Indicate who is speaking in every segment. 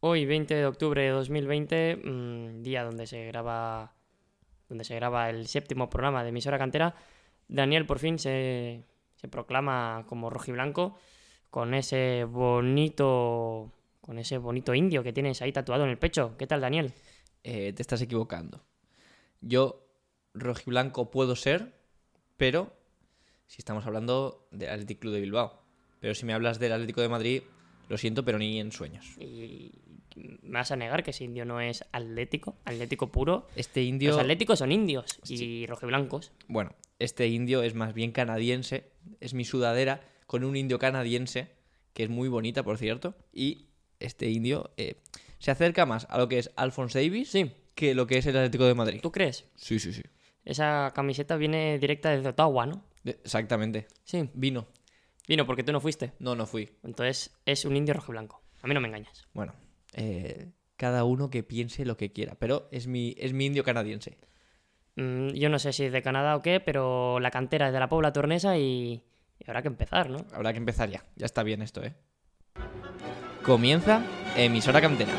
Speaker 1: Hoy, 20 de octubre de 2020, mm, día donde se graba donde se graba el séptimo programa de Emisora Cantera, Daniel por fin se, se proclama como rojiblanco con ese bonito con ese bonito indio que tienes ahí tatuado en el pecho. ¿Qué tal, Daniel?
Speaker 2: Eh, te estás equivocando. Yo rojiblanco puedo ser, pero si estamos hablando del Athletic Club de Bilbao. Pero si me hablas del Atlético de Madrid, lo siento, pero ni en sueños.
Speaker 1: Y me vas a negar que ese indio no es atlético, atlético puro.
Speaker 2: Este indio,
Speaker 1: Los atléticos son indios y
Speaker 2: Sí.
Speaker 1: rojiblancos.
Speaker 2: bueno, este indio es más bien canadiense, es mi sudadera con un indio canadiense, que es muy bonita, por cierto, y este indio eh, se acerca más a lo que es Alphonse Davis
Speaker 1: Sí.
Speaker 2: que lo que es el Atlético de Madrid.
Speaker 1: ¿Tú crees?
Speaker 2: Sí, sí, sí.
Speaker 1: Esa camiseta viene directa desde Ottawa, ¿no?
Speaker 2: De- Exactamente.
Speaker 1: Sí.
Speaker 2: Vino.
Speaker 1: Vino porque tú no fuiste.
Speaker 2: No, no fui.
Speaker 1: Entonces es un indio rojiblanco. A mí no me engañas.
Speaker 2: Bueno, eh, cada uno que piense lo que quiera, pero es mi, es mi indio canadiense.
Speaker 1: Mm, yo no sé si es de Canadá o qué, pero la cantera es de la Pobla Tornesa y, y habrá que empezar, ¿no?
Speaker 2: Habrá que empezar ya. Ya está bien esto, ¿eh? Comienza Emisora Cantera.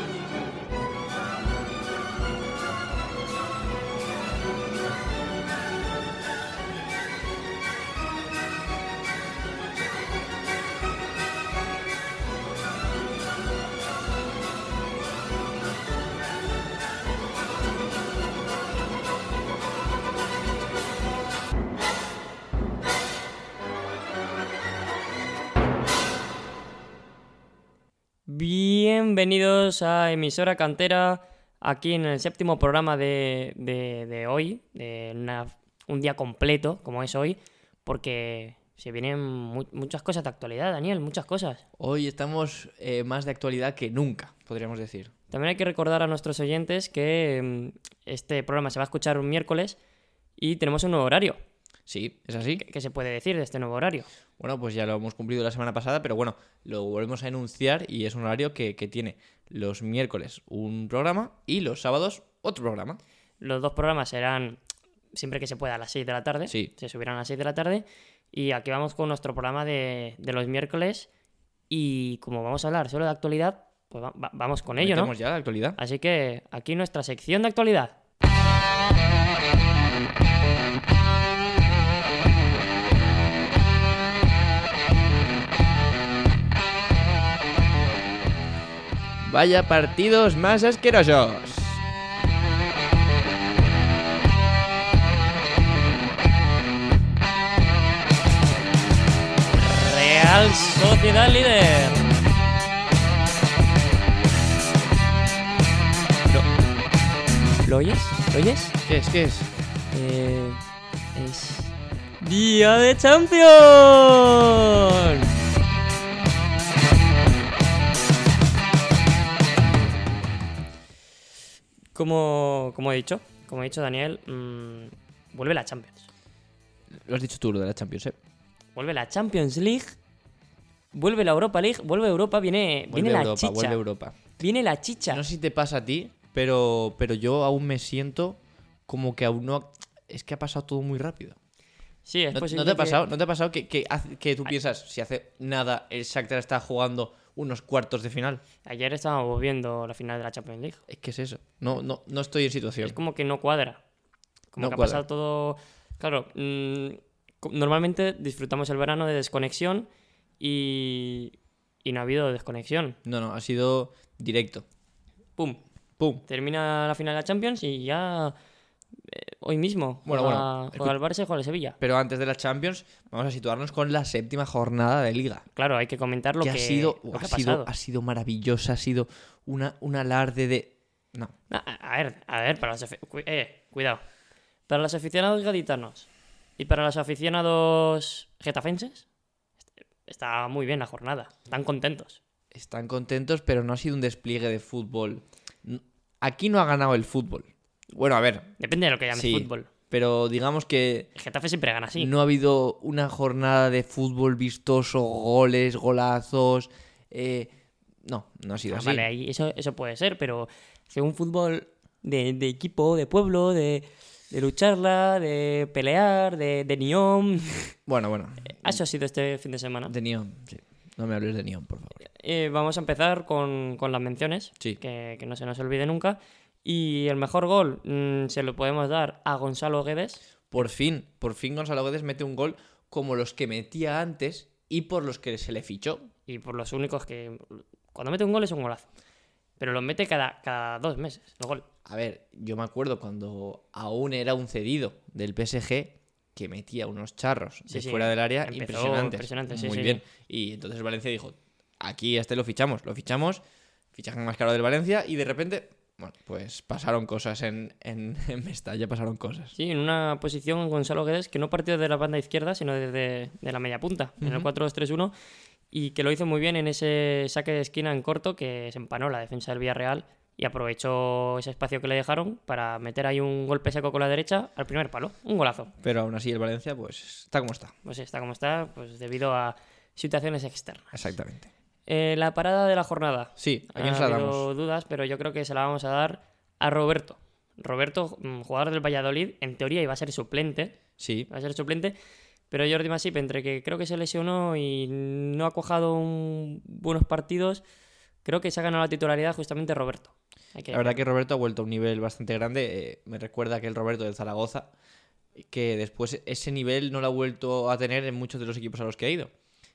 Speaker 1: Bienvenidos a Emisora Cantera, aquí en el séptimo programa de, de- de hoy, de una- un día completo como es hoy, porque se vienen mu- muchas cosas de actualidad, Daniel, muchas cosas.
Speaker 2: Hoy estamos eh, más de actualidad que nunca, podríamos decir.
Speaker 1: También hay que recordar a nuestros oyentes que mm, este programa se va a escuchar un miércoles y tenemos un nuevo horario.
Speaker 2: Sí, es así.
Speaker 1: ¿Qué se puede decir de este nuevo horario?
Speaker 2: Bueno, pues ya lo hemos cumplido la semana pasada, pero bueno, lo volvemos a enunciar y es un horario que, que tiene los miércoles un programa y los sábados otro programa.
Speaker 1: Los dos programas serán siempre que se pueda a las 6 de la tarde.
Speaker 2: Sí.
Speaker 1: Se subirán a las 6 de la tarde. Y aquí vamos con nuestro programa de, de los miércoles. Y como vamos a hablar solo de actualidad, pues va- va- vamos con ello, ¿no?
Speaker 2: Metemos ya la actualidad.
Speaker 1: Así que aquí nuestra sección de actualidad.
Speaker 2: Vaya partidos más asquerosos.
Speaker 1: Real Sociedad Líder. ¿Lo oyes? ¿Lo oyes?
Speaker 2: ¿Qué es? ¿Qué es?
Speaker 1: Eh, es Día de Champions. Como, como he dicho, como he dicho Daniel, mm, vuelve la Champions.
Speaker 2: Lo has dicho tú, lo de la Champions, ¿eh?
Speaker 1: Vuelve la Champions League. Vuelve la Europa League, vuelve Europa, viene, viene
Speaker 2: Vuelve
Speaker 1: la
Speaker 2: Europa,
Speaker 1: chicha.
Speaker 2: vuelve Europa.
Speaker 1: Viene la chicha.
Speaker 2: No sé si te pasa a ti, pero, pero yo aún me siento como que aún no... Es que ha pasado todo muy rápido.
Speaker 1: Sí, es
Speaker 2: ¿No,
Speaker 1: posible
Speaker 2: no te ha
Speaker 1: que-
Speaker 2: pasado, ¿No te ha pasado que, que hace- que tú piensas, si hace nada el Shakhtar está jugando unos cuartos de final?
Speaker 1: Ayer estábamos viendo la final de la Champions League.
Speaker 2: Es que es eso. No, no, no estoy en situación.
Speaker 1: Es como que no cuadra. Como
Speaker 2: No
Speaker 1: que
Speaker 2: cuadra.
Speaker 1: ha pasado todo. Claro, mm, co- normalmente disfrutamos el verano de desconexión y. y no ha habido desconexión.
Speaker 2: No, no, ha sido directo.
Speaker 1: ¡Pum!
Speaker 2: ¡Pum!
Speaker 1: Termina la final de la Champions y ya. eh, hoy mismo.
Speaker 2: Bueno,
Speaker 1: juega,
Speaker 2: bueno,
Speaker 1: juega el Barça y juega el Sevilla.
Speaker 2: Pero antes de la Champions, vamos a situarnos con la séptima jornada de Liga.
Speaker 1: Claro, hay que comentar lo
Speaker 2: que,
Speaker 1: que,
Speaker 2: ha sido,
Speaker 1: lo que
Speaker 2: ha,
Speaker 1: ha
Speaker 2: sido,
Speaker 1: pasado.
Speaker 2: ha sido maravillosa, ha sido una, un alarde de... No,
Speaker 1: No, Ah, a- a ver, a ver, para los afi- cu- eh, cuidado. Para los aficionados gaditanos y para los aficionados getafenses, está muy bien la jornada. Están contentos.
Speaker 2: están contentos, pero no ha sido un despliegue de fútbol. N- Aquí no ha ganado el fútbol. Bueno, a ver,
Speaker 1: Depende de lo que llames
Speaker 2: Sí.
Speaker 1: fútbol.
Speaker 2: pero digamos que
Speaker 1: El Getafe siempre gana así.
Speaker 2: no ha habido una jornada de fútbol vistoso, goles, golazos. eh, no, no ha sido
Speaker 1: Ah,
Speaker 2: así.
Speaker 1: vale, ahí eso, eso puede ser, pero según fútbol de, de equipo, de pueblo, de, de lucharla, de pelear, de, de neón.
Speaker 2: Bueno, bueno,
Speaker 1: Eso ha sido este fin de semana.
Speaker 2: de Neon, sí. No me hables de Neon, por favor.
Speaker 1: Eh, vamos a empezar con, con las menciones,
Speaker 2: Sí.
Speaker 1: que, que no se nos olvide nunca. Y el mejor gol mm, se lo podemos dar a Gonzalo Guedes.
Speaker 2: Por fin, por fin Gonzalo Guedes mete un gol como los que metía antes y por los que se le fichó.
Speaker 1: Y por los únicos que. Cuando mete un gol es un golazo. Pero lo mete cada, cada dos meses, el gol.
Speaker 2: A ver, yo me acuerdo cuando aún era un cedido del PSG que metía unos charros
Speaker 1: Sí,
Speaker 2: de
Speaker 1: sí,
Speaker 2: fuera del área
Speaker 1: empezó
Speaker 2: impresionantes.
Speaker 1: impresionante, sí,
Speaker 2: Muy
Speaker 1: sí,
Speaker 2: bien. Y entonces el Valencia dijo, aquí a este lo fichamos, lo fichamos, fichaje más caro del Valencia y de repente, bueno, pues pasaron cosas en, en, en Mestalla, pasaron cosas.
Speaker 1: Sí, en una posición Gonzalo Guedes que no partió de la banda izquierda, sino desde de la media punta, en el
Speaker 2: Ujú.
Speaker 1: 4-2-3-1, y que lo hizo muy bien en ese saque de esquina en corto que se empanó la defensa del Villarreal y aprovechó ese espacio que le dejaron para meter ahí un golpe seco con la derecha al primer palo, un golazo.
Speaker 2: Pero aún así el Valencia pues está como está.
Speaker 1: Pues está como está, pues debido a situaciones externas.
Speaker 2: Exactamente.
Speaker 1: Eh, la parada de la jornada.
Speaker 2: Sí, ¿a quién
Speaker 1: Ha
Speaker 2: se la
Speaker 1: habido
Speaker 2: damos?
Speaker 1: dudas, Ah, pero yo creo que se la vamos a dar a Roberto. Roberto, mm, jugador del Valladolid, en teoría iba a ser suplente,
Speaker 2: Sí,
Speaker 1: va a ser suplente. Pero Jordi Masip, entre que creo que se lesionó y no ha cojado un- buenos partidos, creo que se ha ganado la titularidad justamente Roberto. Hay que-
Speaker 2: La verdad que Roberto ha vuelto a un nivel bastante grande. eh, me recuerda a aquel Roberto del Zaragoza, que después ese nivel no lo ha vuelto a tener en muchos de los equipos a los que ha ido.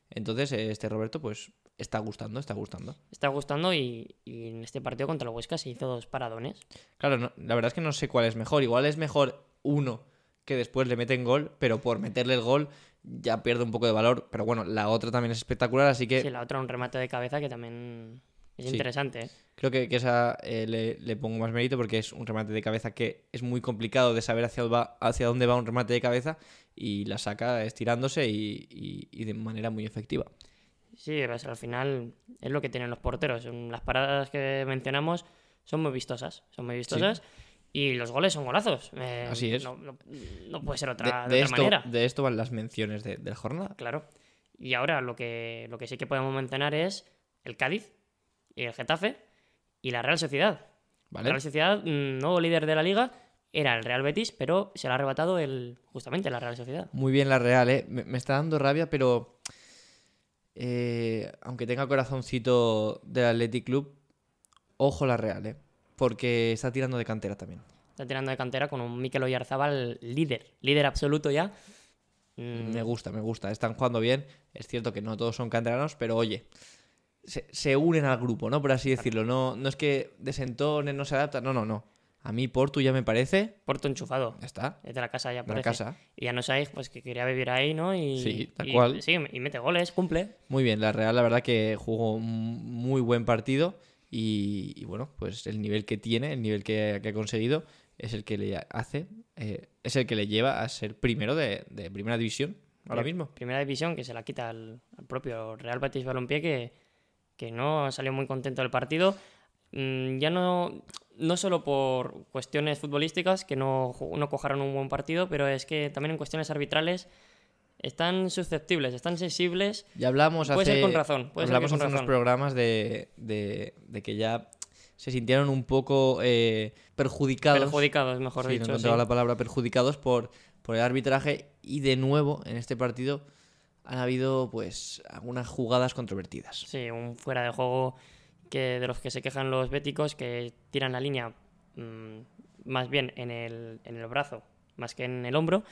Speaker 2: Entonces, eh, este Roberto, pues, está gustando, está gustando.
Speaker 1: Está gustando y, y en este partido contra el Huesca se hizo dos paradones.
Speaker 2: Claro, no- la verdad es que no sé cuál es mejor. Igual es mejor uno que después le meten gol, pero por meterle el gol ya pierde un poco de valor. Pero bueno, la otra también es espectacular, así que
Speaker 1: Sí, la otra un remate de cabeza que también es
Speaker 2: Sí.
Speaker 1: interesante. ¿eh?
Speaker 2: Creo que, que esa eh, le, le pongo más mérito porque es un remate de cabeza que es muy complicado de saber hacia, dónde va- hacia dónde va un remate de cabeza y la saca estirándose y, y- y de manera muy efectiva.
Speaker 1: Sí, o sea, al final es lo que tienen los porteros. Son- Las paradas que mencionamos son muy vistosas, son muy vistosas. Y los goles son golazos. Eh,
Speaker 2: Así es.
Speaker 1: No, no- no puede ser
Speaker 2: De,
Speaker 1: otra, Ah, de,
Speaker 2: de
Speaker 1: otra
Speaker 2: esto,
Speaker 1: manera.
Speaker 2: de esto van las menciones de, de la jornada.
Speaker 1: Ah, Claro. Y ahora lo que, lo que sí que podemos mencionar es el Cádiz, y el Getafe y la Real Sociedad. La
Speaker 2: ¿vale?
Speaker 1: Real Sociedad, mm, nuevo líder de la liga, era el Real Betis, pero se lo ha arrebatado el, justamente la Real Sociedad.
Speaker 2: Muy bien la Real, ¿eh? Me, me está dando rabia, pero eh, aunque tenga corazoncito del Athletic Club, ojo la Real, ¿eh? Porque está tirando de cantera también.
Speaker 1: Está tirando de cantera con un Mikel Oyarzabal líder, líder absoluto ya. Mm,
Speaker 2: Me gusta, me gusta. Están jugando bien. Es cierto que no todos son canteranos, pero oye, se, se unen al grupo, ¿no? Por así decirlo. No, no es que desentonen, no se adaptan. No, no, no. A mí Portu ya me parece.
Speaker 1: Porto enchufado.
Speaker 2: Ya está.
Speaker 1: Es de la casa ya
Speaker 2: De la
Speaker 1: parece.
Speaker 2: casa.
Speaker 1: Y ya no sabéis, pues que quería vivir ahí, ¿no? Y,
Speaker 2: Sí, tal
Speaker 1: y-
Speaker 2: cual.
Speaker 1: Sí, y mete goles, cumple.
Speaker 2: Muy bien, la Real, la verdad que jugó un muy buen partido. Y, y bueno, pues el nivel que tiene, el nivel que, que ha conseguido, es el que le hace, eh, es el que le lleva a ser primero de, de primera división ahora
Speaker 1: Pri-
Speaker 2: mismo.
Speaker 1: Primera división que se la quita al, al propio Real Betis Balompié que, que no salió muy contento del partido. Mm, Ya no, no solo por cuestiones futbolísticas, que no, ju- no cojaron un buen partido, pero es que también en cuestiones arbitrales están susceptibles, están sensibles.
Speaker 2: Ya hablamos
Speaker 1: Puede
Speaker 2: hace.
Speaker 1: ser con razón, puede ser que
Speaker 2: hablamos
Speaker 1: con
Speaker 2: hace unos
Speaker 1: razón.
Speaker 2: programas de, de- de que ya se sintieron un poco eh, perjudicados.
Speaker 1: Perjudicados, mejor
Speaker 2: Sí, no
Speaker 1: dicho.
Speaker 2: encontraba
Speaker 1: sí.
Speaker 2: la palabra perjudicados por, por el arbitraje. Y de nuevo, en este partido han habido pues algunas jugadas controvertidas.
Speaker 1: Sí, un fuera de juego que de los que se quejan los béticos, que tiran la línea mm, más bien en el, en el brazo, más que en el hombro,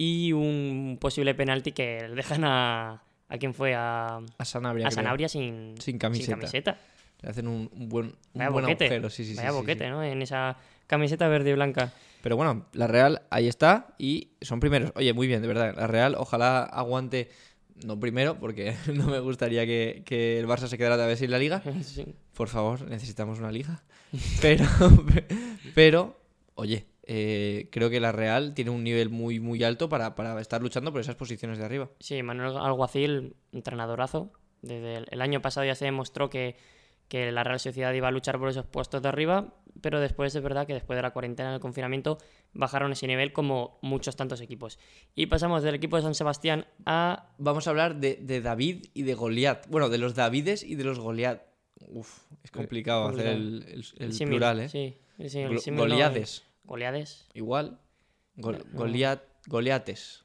Speaker 1: y un posible penalti que le dejan a, a quien fue a,
Speaker 2: A Sanabria.
Speaker 1: a
Speaker 2: creo.
Speaker 1: Sanabria sin,
Speaker 2: Sin camiseta.
Speaker 1: camiseta.
Speaker 2: Le hacen un, un buen, un
Speaker 1: Vaya
Speaker 2: buen
Speaker 1: boquete,
Speaker 2: agujero. Sí, sí, sí,
Speaker 1: Vaya
Speaker 2: sí, sí.
Speaker 1: boquete, ¿no? En esa camiseta verde y blanca.
Speaker 2: Pero bueno, la Real ahí está y son primeros. Oye, muy bien, de verdad. La Real ojalá aguante, no primero, porque no me gustaría que, que el Barça se quedara otra vez sin la liga.
Speaker 1: Sí.
Speaker 2: Por favor, necesitamos una liga. Pero, pero oye, eh, creo que la Real tiene un nivel muy, muy alto para, para estar luchando por esas posiciones de arriba.
Speaker 1: Sí, Manuel Alguacil, entrenadorazo. Desde el, el año pasado ya se demostró que, que la Real Sociedad iba a luchar por esos puestos de arriba, pero después es verdad que después de la cuarentena, el confinamiento, bajaron ese nivel como muchos tantos equipos. Y pasamos del equipo de San Sebastián a...
Speaker 2: Vamos a hablar de, de David y de Goliat. Bueno, de los Davides y de los Goliat. Uf, es complicado hacer el, el- el
Speaker 1: Eh, símil.
Speaker 2: plural, ¿eh?
Speaker 1: Sí, sí, el
Speaker 2: Gol-
Speaker 1: símil no,
Speaker 2: Goliades.
Speaker 1: eh, Goliades.
Speaker 2: Igual. Gol-
Speaker 1: No.
Speaker 2: Goliat, Goliates.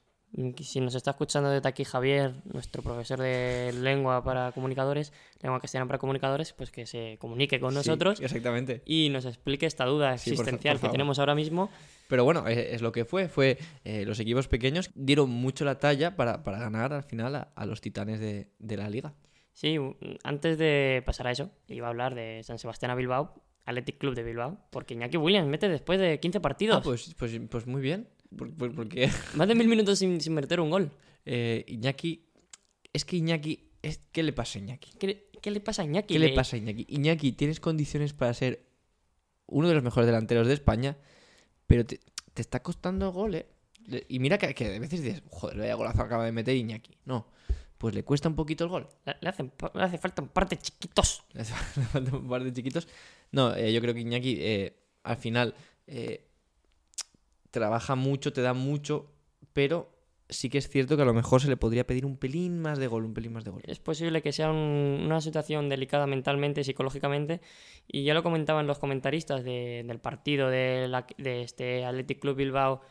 Speaker 1: Si nos está escuchando desde aquí Javier, nuestro profesor de lengua para comunicadores, lengua castellana para comunicadores, pues que se comunique con
Speaker 2: Sí,
Speaker 1: nosotros
Speaker 2: exactamente.
Speaker 1: y nos explique esta duda
Speaker 2: Sí, por fa-
Speaker 1: existencial
Speaker 2: por
Speaker 1: que
Speaker 2: favor.
Speaker 1: tenemos ahora mismo.
Speaker 2: Pero bueno, e- es lo que fue. Fue eh, los equipos pequeños dieron mucho la talla para, para ganar al final a, a los titanes de, de la liga.
Speaker 1: Sí, u- antes de pasar a eso, iba a hablar de San Sebastián a Bilbao, Athletic Club de Bilbao, porque Iñaki Williams mete después de 15 partidos,
Speaker 2: Ah, pues, pues, pues muy bien. Por- por- porque
Speaker 1: más de mil minutos sin, sin meter un gol.
Speaker 2: eh, Iñaki. Es que Iñaki. Es, ¿Qué le pasa a Iñaki?
Speaker 1: ¿Qué, le- qué le pasa a Iñaki?
Speaker 2: ¿Qué le pasa a Iñaki? Iñaki, tienes condiciones para ser uno de los mejores delanteros de España, pero te, te está costando gol, ¿eh? Le- Y mira que, que a veces dices, joder, vaya golazo acaba de meter Iñaki. No, pues le cuesta un poquito el gol.
Speaker 1: Le, le hacen pa- le hace falta un par de chiquitos.
Speaker 2: Le hace- le falta un par de chiquitos. No, eh, yo creo que Iñaki eh, al final eh, trabaja mucho, te da mucho, pero sí que es cierto que a lo mejor se le podría pedir un pelín más de gol, un pelín más de gol.
Speaker 1: Es posible que sea un- una situación delicada mentalmente y psicológicamente. Y ya lo comentaban los comentaristas de- del partido de, la- de este Athletic Club Bilbao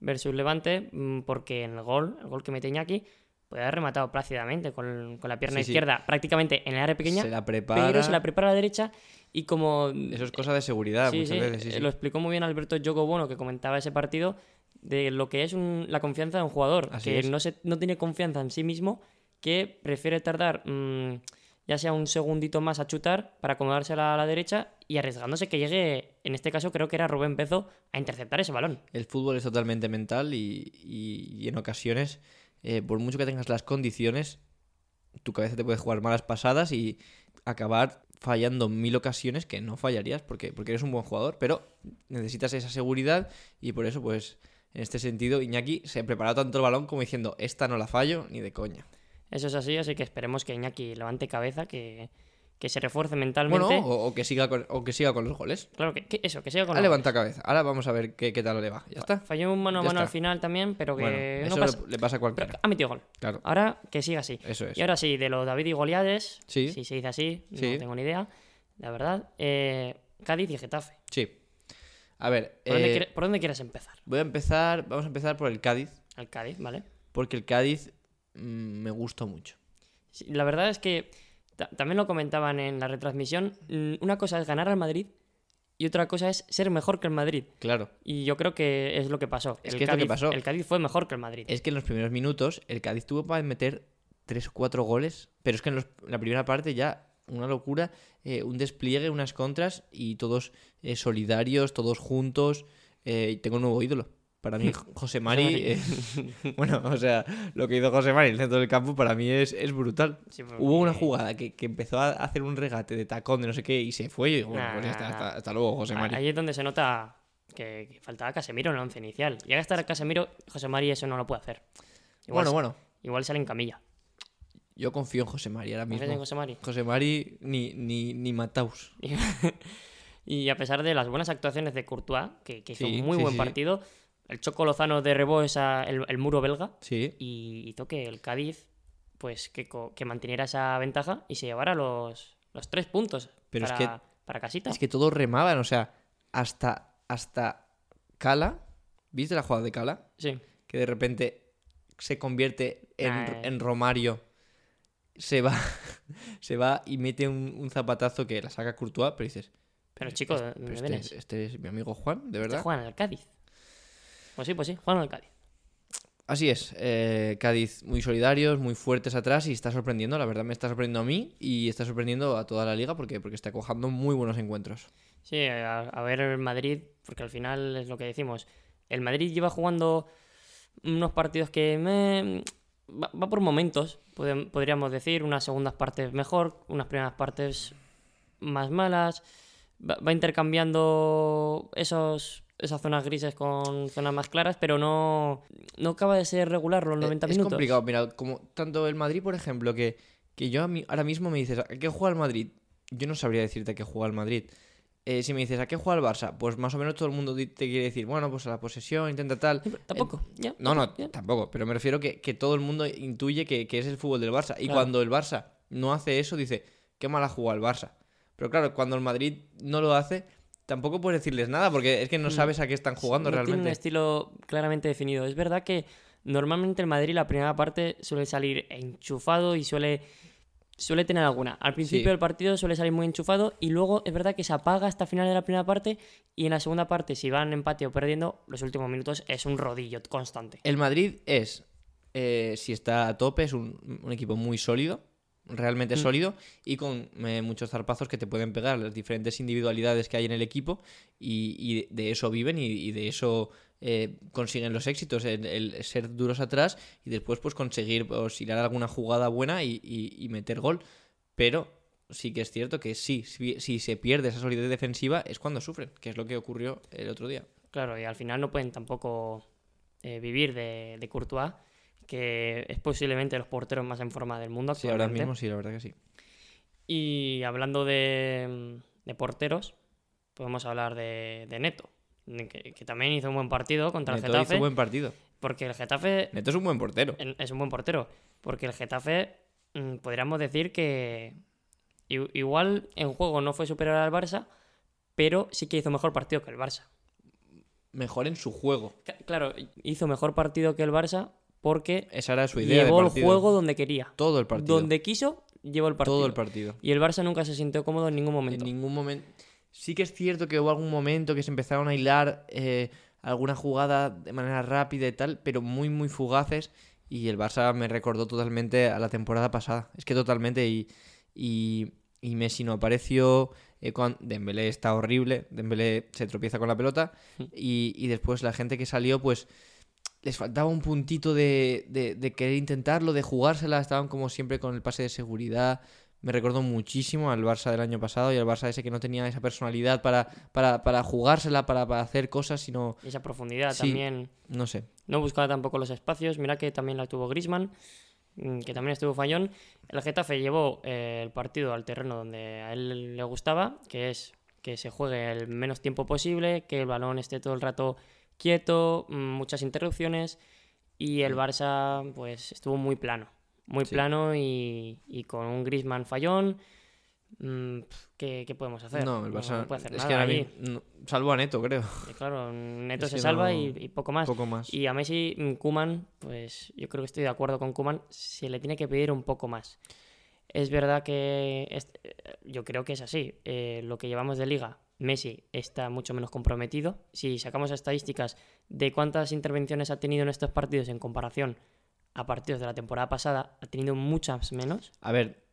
Speaker 1: versus Levante, mm, porque en el gol, el gol que mete Iñaki, puede haber rematado plácidamente con, con la pierna
Speaker 2: Sí, sí.
Speaker 1: izquierda, prácticamente en el área pequeña,
Speaker 2: se la prepara.
Speaker 1: pero se la prepara a la derecha y como
Speaker 2: Eso es cosa de seguridad
Speaker 1: Sí,
Speaker 2: muchas
Speaker 1: sí,
Speaker 2: veces. sí,
Speaker 1: eh,
Speaker 2: sí.
Speaker 1: Lo explicó muy bien Alberto Yogo Bono, que comentaba ese partido, de lo que es un- la confianza de un jugador,
Speaker 2: Así
Speaker 1: que
Speaker 2: es.
Speaker 1: no, se, no tiene confianza en sí mismo, que prefiere tardar mm, ya sea un segundito más a chutar para acomodarse a la, a la derecha y arriesgándose que llegue, en este caso creo que era Rubén Pezo, a interceptar ese balón.
Speaker 2: El fútbol es totalmente mental y, y- y en ocasiones, eh, por mucho que tengas las condiciones, tu cabeza te puede jugar malas pasadas y acabar fallando mil ocasiones que no fallarías porque, porque eres un buen jugador, pero necesitas esa seguridad y por eso, pues, en este sentido, Iñaki se ha preparado tanto el balón como diciendo, esta no la fallo ni de coña.
Speaker 1: Eso es así, así que esperemos que Iñaki levante cabeza, que, que se refuerce mentalmente.
Speaker 2: Bueno, o, o que siga con, o que siga con los goles.
Speaker 1: Claro que, que eso, que siga con
Speaker 2: Ha
Speaker 1: la-
Speaker 2: levantado cabeza. Ahora vamos a ver qué, qué tal le va. Ya está.
Speaker 1: Falló un mano a
Speaker 2: Ya
Speaker 1: mano al
Speaker 2: está.
Speaker 1: final también, pero que
Speaker 2: Bueno,
Speaker 1: no
Speaker 2: eso le-
Speaker 1: pasa.
Speaker 2: le pasa a
Speaker 1: pero
Speaker 2: cualquiera.
Speaker 1: ha metido gol.
Speaker 2: Claro,
Speaker 1: Ahora que siga así.
Speaker 2: eso es.
Speaker 1: Y ahora sí, de lo David y Goliades,
Speaker 2: Sí.
Speaker 1: si se dice así,
Speaker 2: Sí.
Speaker 1: no tengo ni idea, la verdad. Eh, Cádiz y Getafe.
Speaker 2: Sí. A ver,
Speaker 1: ¿Por, dónde
Speaker 2: eh,
Speaker 1: quiere- por dónde quieres empezar?
Speaker 2: voy a empezar, vamos a empezar por el Cádiz,
Speaker 1: Al Cádiz, ¿vale?
Speaker 2: porque el Cádiz mm, me gustó mucho.
Speaker 1: Sí, La verdad es que ta- también lo comentaban en la retransmisión, mm, una cosa es ganar al Madrid y otra cosa es ser mejor que el Madrid.
Speaker 2: Claro,
Speaker 1: Y yo creo que es lo que pasó.
Speaker 2: Es
Speaker 1: el
Speaker 2: que es lo
Speaker 1: Cádiz,
Speaker 2: que pasó. Eh,
Speaker 1: El Cádiz fue mejor que el Madrid.
Speaker 2: es que en los primeros minutos el Cádiz tuvo para meter tres o cuatro goles, pero es que en, los- en la primera parte ya una locura, eh, un despliegue, unas contras y todos eh, solidarios, todos juntos. eh, y tengo un nuevo ídolo. Para mí, José Mari. eh, bueno, o sea, lo que hizo José Mari en el centro del campo para mí es, es brutal.
Speaker 1: Sí, eh,
Speaker 2: Hubo una
Speaker 1: porque-
Speaker 2: jugada que, que empezó a hacer un regate de tacón de no sé qué y se fue. Y digo, bueno,
Speaker 1: Nah,
Speaker 2: pues ya está,
Speaker 1: nah, nah.
Speaker 2: hasta, hasta luego, José
Speaker 1: A-
Speaker 2: Mari.
Speaker 1: Ahí es donde se nota que, que faltaba Casemiro en el once inicial. Llega a estar Casemiro, José María eso no lo puede hacer. Igual,
Speaker 2: Bueno, bueno,
Speaker 1: igual sale en camilla.
Speaker 2: yo confío en José Mari ahora
Speaker 1: ¿Confías en
Speaker 2: mismo.
Speaker 1: José Mari?
Speaker 2: José Mari ni, ni, ni Mataus.
Speaker 1: Y a pesar de las buenas actuaciones de Courtois, que, que hizo
Speaker 2: Sí,
Speaker 1: un muy
Speaker 2: sí,
Speaker 1: buen
Speaker 2: sí, sí.
Speaker 1: partido, el Choco Lozano derribó esa, el, el muro belga
Speaker 2: Sí,
Speaker 1: y hizo que el Cádiz pues que, co- que manteniera esa ventaja y se llevara los, los tres puntos
Speaker 2: Pero es
Speaker 1: para,
Speaker 2: que-
Speaker 1: para casita.
Speaker 2: es que todos remaban, o sea, hasta, hasta Cala. ¿Viste la jugada de Cala?
Speaker 1: Sí.
Speaker 2: Que de repente se convierte en,
Speaker 1: Nah. eh.
Speaker 2: en Romario. Se va, se va y mete un, un zapatazo que la saca Courtois, pero dices,
Speaker 1: Pero chico, ¿de
Speaker 2: "Pero
Speaker 1: ¿dónde
Speaker 2: este,
Speaker 1: vienes?
Speaker 2: este es mi amigo Juan, ¿de
Speaker 1: Te
Speaker 2: verdad?
Speaker 1: juegan al Cádiz. Pues sí, pues sí, juegan al Cádiz.
Speaker 2: Así es, eh, Cádiz muy solidarios, muy fuertes atrás y está sorprendiendo, la verdad me está sorprendiendo a mí y está sorprendiendo a toda la liga porque, porque está cojando muy buenos encuentros.
Speaker 1: Sí, a, a ver el Madrid, porque al final es lo que decimos. El Madrid lleva jugando unos partidos que me- va, va por momentos, podem- podríamos decir, unas segundas partes mejor, unas primeras partes más malas. Va, va intercambiando esos, esas zonas grises con zonas más claras, pero no, no acaba de ser regular los 90
Speaker 2: Eh, es
Speaker 1: minutos.
Speaker 2: complicado, mira, como tanto el Madrid, por ejemplo, que, que yo a mí- ahora mismo me dices, ¿a qué juega el Madrid? Yo no sabría decirte a qué juega el Madrid. Eh, si me dices, ¿a qué juega el Barça? Pues más o menos todo el mundo di- te quiere decir, bueno, pues a la posesión, intenta tal.
Speaker 1: Sí, pero Tampoco, ya,
Speaker 2: No, no,
Speaker 1: ya.
Speaker 2: tampoco, pero me refiero que, que todo el mundo intuye que, que es el fútbol del Barça. Y
Speaker 1: Claro.
Speaker 2: cuando el Barça no hace eso, dice, qué mala jugada el Barça. Pero claro, cuando el Madrid no lo hace, tampoco puedes decirles nada, porque es que no sabes a qué están jugando
Speaker 1: Mm. no tiene un
Speaker 2: realmente.
Speaker 1: estilo claramente definido. Es verdad que Normalmente el Madrid la primera parte suele salir enchufado y suele, suele tener alguna. Al principio
Speaker 2: Sí.
Speaker 1: del partido suele salir muy enchufado y luego es verdad que se apaga hasta final de la primera parte y en la segunda parte, si van empate o perdiendo, los últimos minutos es un rodillo constante.
Speaker 2: El Madrid es, eh, si está a tope, es un, un equipo muy sólido, realmente
Speaker 1: Mm.
Speaker 2: sólido, y con eh, muchos zarpazos que te pueden pegar, las diferentes individualidades que hay en el equipo, y, y de eso viven y, y de eso eh, consiguen los éxitos, el, el ser duros atrás y después pues conseguir oscilar alguna jugada buena y, y- y meter gol. Pero sí que es cierto que sí, si, si se pierde esa solidez defensiva es cuando sufren, que es lo que ocurrió el otro día.
Speaker 1: Claro, y al final no pueden tampoco eh, vivir de, de Courtois, que es posiblemente de los porteros más en forma del mundo
Speaker 2: Sí, ahora
Speaker 1: actualmente.
Speaker 2: mismo sí, la verdad que sí.
Speaker 1: Y hablando de, mm, de porteros, podemos hablar de, de Neto, que, que también hizo un buen partido contra el
Speaker 2: Neto
Speaker 1: Getafe,
Speaker 2: hizo buen partido.
Speaker 1: porque el Getafe
Speaker 2: Neto es un buen portero.
Speaker 1: en- es un buen portero, porque el Getafe mm, podríamos decir que i- igual en juego no fue superior al Barça, pero sí que hizo mejor partido que el Barça.
Speaker 2: Mejor en su juego.
Speaker 1: Ca- Claro, hizo mejor partido que el Barça porque
Speaker 2: Esa era su idea. de
Speaker 1: llevó el
Speaker 2: partido.
Speaker 1: juego donde quería.
Speaker 2: Todo el partido.
Speaker 1: Donde quiso, llevó el partido.
Speaker 2: Todo el partido.
Speaker 1: y el Barça nunca se sintió cómodo en ningún
Speaker 2: En
Speaker 1: momento.
Speaker 2: ningún momento. Sí que es cierto que hubo algún momento que se empezaron a hilar eh, alguna jugada de manera rápida y tal, pero muy, muy fugaces. Y el Barça me recordó totalmente a la temporada pasada. Es que totalmente. Y, y, y Messi no apareció. eh, cuan- Dembélé está horrible. Dembélé se tropieza con la pelota. Y, y después la gente que salió, pues les faltaba un puntito de, de- de querer intentarlo, de jugársela. Estaban como siempre con el pase de seguridad. Me recordó muchísimo al Barça del año pasado y al Barça ese que no tenía esa personalidad para, para, para jugársela, para, para hacer cosas, sino,
Speaker 1: Y esa profundidad
Speaker 2: Sí.
Speaker 1: también.
Speaker 2: no sé.
Speaker 1: No buscaba tampoco los espacios. Mira que también la tuvo Grisman, que también estuvo fallón. El Getafe llevó eh, el partido al terreno donde a él le gustaba, que es que se juegue el menos tiempo posible, que el balón esté todo el rato quieto, mm, muchas interrupciones. Y el
Speaker 2: Mm.
Speaker 1: Barça, pues, estuvo muy plano. Muy
Speaker 2: Sí.
Speaker 1: plano y, y con un Grisman fallón. mm, pf, ¿qué, qué podemos hacer?
Speaker 2: No, el Barça.
Speaker 1: puede hacer
Speaker 2: es
Speaker 1: nada
Speaker 2: que ahora
Speaker 1: ahí.
Speaker 2: mismo- no, salvo a Neto, creo.
Speaker 1: Y Claro, Neto
Speaker 2: Es
Speaker 1: se
Speaker 2: que
Speaker 1: salva
Speaker 2: no-
Speaker 1: y- y poco más.
Speaker 2: poco más.
Speaker 1: Y a Messi, Kuman, pues yo creo que estoy de acuerdo con Kuman, se le tiene que pedir un poco más. Es verdad que es- eh, yo creo que es así. eh, lo que llevamos de liga, Messi está mucho menos comprometido. Si sacamos estadísticas de cuántas intervenciones ha tenido en estos partidos en comparación a partidos de la temporada pasada, ha tenido muchas menos.
Speaker 2: A ver,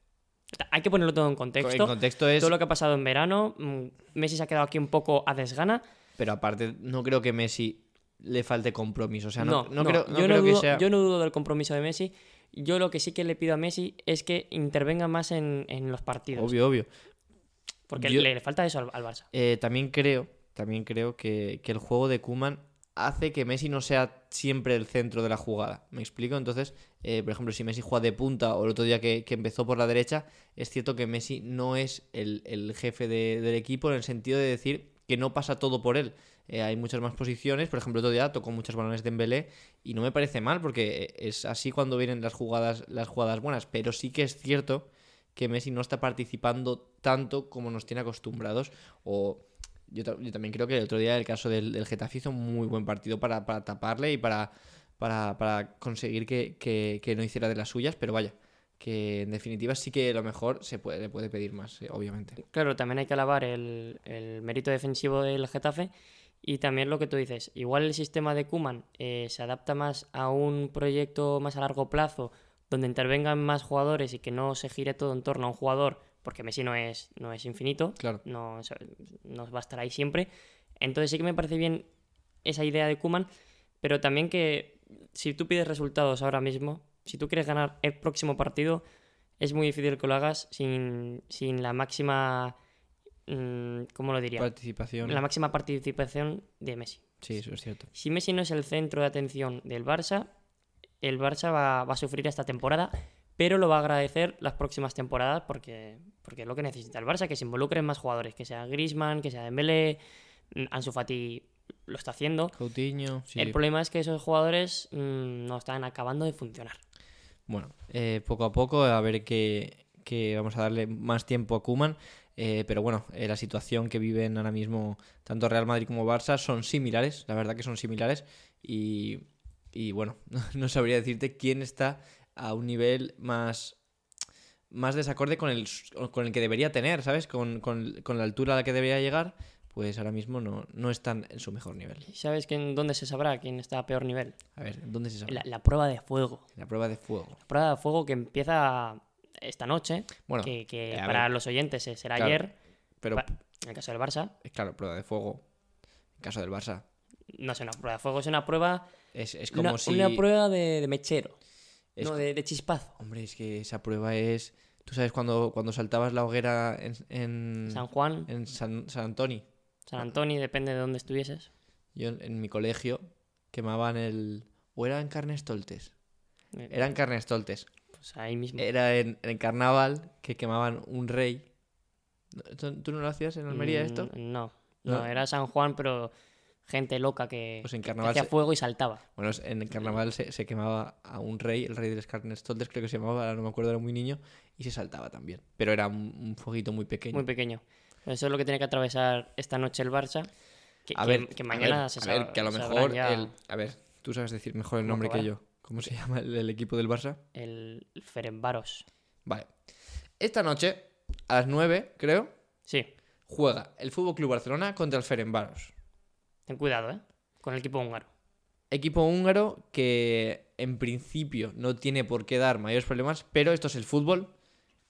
Speaker 1: Hay que ponerlo todo en
Speaker 2: el
Speaker 1: contexto.
Speaker 2: contexto es.
Speaker 1: Todo lo que ha pasado en verano, mm, Messi se ha quedado aquí un poco a desgana.
Speaker 2: Pero aparte, no creo que Messi le falte compromiso. O sea, no,
Speaker 1: no,
Speaker 2: no creo, no
Speaker 1: yo,
Speaker 2: creo
Speaker 1: no
Speaker 2: que
Speaker 1: dudo,
Speaker 2: sea.
Speaker 1: yo no dudo del compromiso de Messi. Yo lo que sí que le pido a Messi es que intervenga más en, en los partidos.
Speaker 2: Obvio, obvio.
Speaker 1: porque
Speaker 2: yo-
Speaker 1: le, le falta eso al, al Barça.
Speaker 2: Eh, también creo, también creo que, que el juego de Kuman hace que Messi no sea siempre el centro de la jugada. ¿Me explico? Entonces, eh, por ejemplo, si Messi juega de punta o el otro día que, que empezó por la derecha, es cierto que Messi no es el, el jefe de- del equipo en el sentido de decir que no pasa todo por él. Eh, hay muchas más posiciones, por ejemplo, el otro día tocó muchos balones de Dembélé y no me parece mal porque eh, es así cuando vienen las jugadas, las jugadas buenas, pero sí que es cierto que Messi no está participando tanto como nos tiene acostumbrados. O yo, ta- yo también creo que el otro día el caso del, del Getafe hizo un muy buen partido para, para taparle y para, para, para conseguir que, que- que no hiciera de las suyas, pero vaya, que en definitiva sí que a lo mejor se puede, le puede pedir más, eh, obviamente.
Speaker 1: Claro, también hay que alabar el, el mérito defensivo del Getafe. Y también lo que tú dices, igual el sistema de Kuman se adapta más a un proyecto más a largo plazo, donde intervengan más jugadores y que no se gire todo en torno a un jugador, porque Messi no es, no es infinito,
Speaker 2: Claro.
Speaker 1: no, o sea, no va a estar ahí siempre. Entonces sí que me parece bien esa idea de Kuman, pero también que si tú pides resultados ahora mismo, si tú quieres ganar el próximo partido, es muy difícil que lo hagas sin, sin la máxima... mm, ¿Cómo lo diría?
Speaker 2: Participación.
Speaker 1: La máxima participación de Messi.
Speaker 2: Sí, eso es cierto.
Speaker 1: Si Messi no es el centro de atención del Barça, el Barça va, va a sufrir esta temporada, pero lo va a agradecer las próximas temporadas porque, porque es lo que necesita el Barça, que se involucren más jugadores, que sea Griezmann, que sea Dembélé, mm, Ansu Fati lo está haciendo.
Speaker 2: Coutinho, sí.
Speaker 1: El problema es que esos jugadores mm, no están acabando de funcionar.
Speaker 2: Bueno, eh, poco a poco, a ver que, que vamos a darle más tiempo a Kuman. pero bueno, eh, la situación que viven ahora mismo tanto Real Madrid como Barça son similares, la verdad que son similares. Y, Y bueno, no sabría decirte quién está a un nivel más, más desacorde con el, con el que debería tener, ¿sabes? Con, con- con la altura a la que debería llegar, pues ahora mismo no, no están en su mejor nivel.
Speaker 1: ¿Y ¿Sabes quién, dónde se sabrá quién está a peor nivel?
Speaker 2: A ver, ¿dónde se sabe?
Speaker 1: La,
Speaker 2: La,
Speaker 1: la prueba de fuego.
Speaker 2: prueba de fuego.
Speaker 1: La prueba de fuego que empieza esta noche,
Speaker 2: Bueno,
Speaker 1: que, que
Speaker 2: eh, a
Speaker 1: para
Speaker 2: ver.
Speaker 1: los oyentes eh, será
Speaker 2: Claro,
Speaker 1: ayer,
Speaker 2: pero
Speaker 1: pa- en el caso del Barça.
Speaker 2: eh, claro, prueba de fuego. En caso del Barça.
Speaker 1: No es una prueba de fuego, es una prueba,
Speaker 2: Es, es como
Speaker 1: una,
Speaker 2: si.
Speaker 1: una prueba de, de mechero,
Speaker 2: es-
Speaker 1: no, de, de chispazo.
Speaker 2: Hombre, es que esa prueba es. ¿Tú sabes cuando, cuando saltabas la hoguera en, en,
Speaker 1: San Juan,
Speaker 2: en San, San Antoni?
Speaker 1: San Antonio, depende de dónde estuvieses.
Speaker 2: Yo en, en mi colegio quemaban el. ¿O eran carnes toltes?
Speaker 1: Eh,
Speaker 2: Eran carnes toltes.
Speaker 1: Pues ahí mismo.
Speaker 2: Era en, en carnaval que quemaban un rey. ¿Tú tú no lo hacías en Almería esto?
Speaker 1: Mm, No, no,
Speaker 2: No.
Speaker 1: era San Juan, pero gente loca que,
Speaker 2: Pues en
Speaker 1: que
Speaker 2: carnaval.
Speaker 1: hacía
Speaker 2: Se,
Speaker 1: fuego y saltaba.
Speaker 2: bueno, es- en el carnaval se, se quemaba a un rey, el rey de los carnes toltes, creo que se llamaba, ahora no me acuerdo, era muy niño, y se saltaba también. Pero era un, un fueguito muy pequeño.
Speaker 1: Muy pequeño. Eso es lo que tiene que atravesar esta noche el Barça. Que,
Speaker 2: a
Speaker 1: que-
Speaker 2: ver,
Speaker 1: que
Speaker 2: a
Speaker 1: mañana
Speaker 2: ver,
Speaker 1: se
Speaker 2: a ver,
Speaker 1: sab-
Speaker 2: que a lo
Speaker 1: sabrán
Speaker 2: mejor
Speaker 1: ya
Speaker 2: el- A ver, tú sabes decir mejor el
Speaker 1: ¿Cómo
Speaker 2: nombre que
Speaker 1: acabará?
Speaker 2: yo. ¿Cómo se llama el, el equipo del Barça?
Speaker 1: el Ferenbaros.
Speaker 2: Vale. Esta noche, a las 9, creo,
Speaker 1: Sí,
Speaker 2: juega el Fútbol Club Barcelona contra el Ferenbaros.
Speaker 1: ten cuidado, ¿eh? Con el equipo húngaro.
Speaker 2: Equipo húngaro que en principio no tiene por qué dar mayores problemas, pero esto es el fútbol.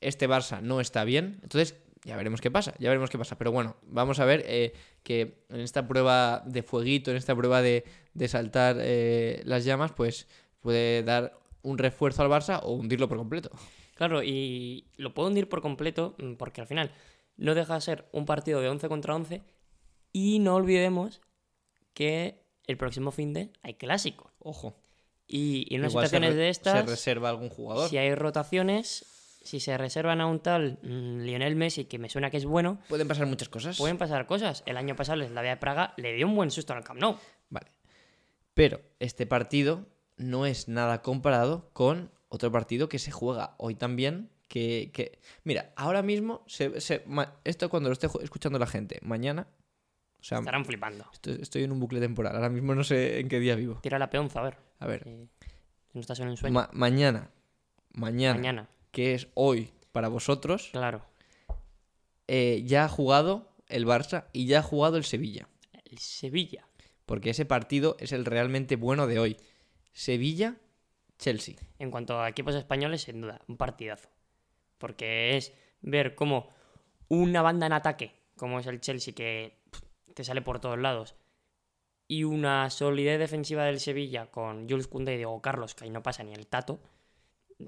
Speaker 2: Este Barça no está bien, entonces ya veremos qué pasa, ya veremos qué pasa. Pero bueno, vamos a ver eh, que en esta prueba de fueguito, en esta prueba de, de saltar eh, las llamas, pues puede dar un refuerzo al Barça o hundirlo por completo.
Speaker 1: Claro, y lo puedo hundir por completo mm, porque al final no deja de ser un partido de 11 contra 11 y no olvidemos que el próximo fin de hay clásico.
Speaker 2: Ojo.
Speaker 1: Y, y en unas
Speaker 2: Igual se
Speaker 1: situaciones
Speaker 2: re-
Speaker 1: de
Speaker 2: Se
Speaker 1: estas,
Speaker 2: reserva algún jugador.
Speaker 1: si hay rotaciones, si se reservan a un tal mm, Lionel Messi, que me suena que es bueno,
Speaker 2: Pueden pasar muchas cosas.
Speaker 1: pueden pasar cosas. El año pasado el Slavia de Praga le dio un buen susto al Camp Nou.
Speaker 2: Vale. Pero este partido no es nada comparado con otro partido que se juega hoy también. Que, que- Mira, ahora mismo, se, se- ma- esto cuando lo esté ju- escuchando la gente, mañana. O sea,
Speaker 1: Estarán flipando.
Speaker 2: esto- estoy, en un bucle temporal. Ahora mismo no sé en qué día vivo.
Speaker 1: Tira la peonza, a ver.
Speaker 2: A ver,
Speaker 1: eh, Si no estás en un sueño.
Speaker 2: ma- mañana, mañana,
Speaker 1: Mañana,
Speaker 2: que es hoy para vosotros,
Speaker 1: claro.
Speaker 2: eh, ya ha jugado el Barça y ya ha jugado el Sevilla.
Speaker 1: El Sevilla.
Speaker 2: Porque ese partido es el realmente bueno de hoy. Sevilla-Chelsea.
Speaker 1: En cuanto a equipos españoles, sin duda, un partidazo. Porque es ver cómo una banda en ataque, como es el Chelsea, que pff, te sale por todos lados, y una solidez defensiva del Sevilla con Jules Koundé y Diego Carlos, que ahí no pasa ni el tato,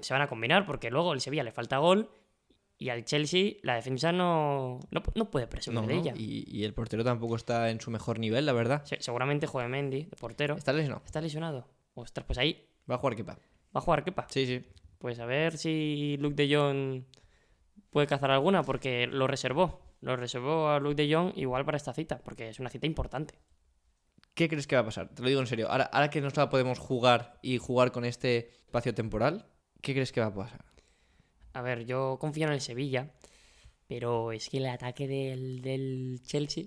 Speaker 1: se van a combinar porque luego el Sevilla le falta gol y al Chelsea la defensa no, no, no puede presumir
Speaker 2: No,
Speaker 1: de
Speaker 2: no,
Speaker 1: ella.
Speaker 2: Y, y el portero tampoco está en su mejor nivel, la verdad.
Speaker 1: Se- seguramente juegue Mendy, de portero.
Speaker 2: Está lesionado.
Speaker 1: ¿Está lesionado? Ostras, pues ahí
Speaker 2: Va a jugar Kepa.
Speaker 1: va a jugar Kepa.
Speaker 2: Sí, sí.
Speaker 1: Pues a ver si Luke de Jong puede cazar alguna, porque lo reservó. Lo reservó a Luke de Jong igual para esta cita, porque es una cita importante.
Speaker 2: ¿Qué crees que va a pasar? Te lo digo en serio. Ahora, ahora que nos la podemos jugar y jugar con este espacio temporal, ¿qué crees que va a pasar?
Speaker 1: A ver, yo confío en el Sevilla, pero es que el ataque del, del Chelsea.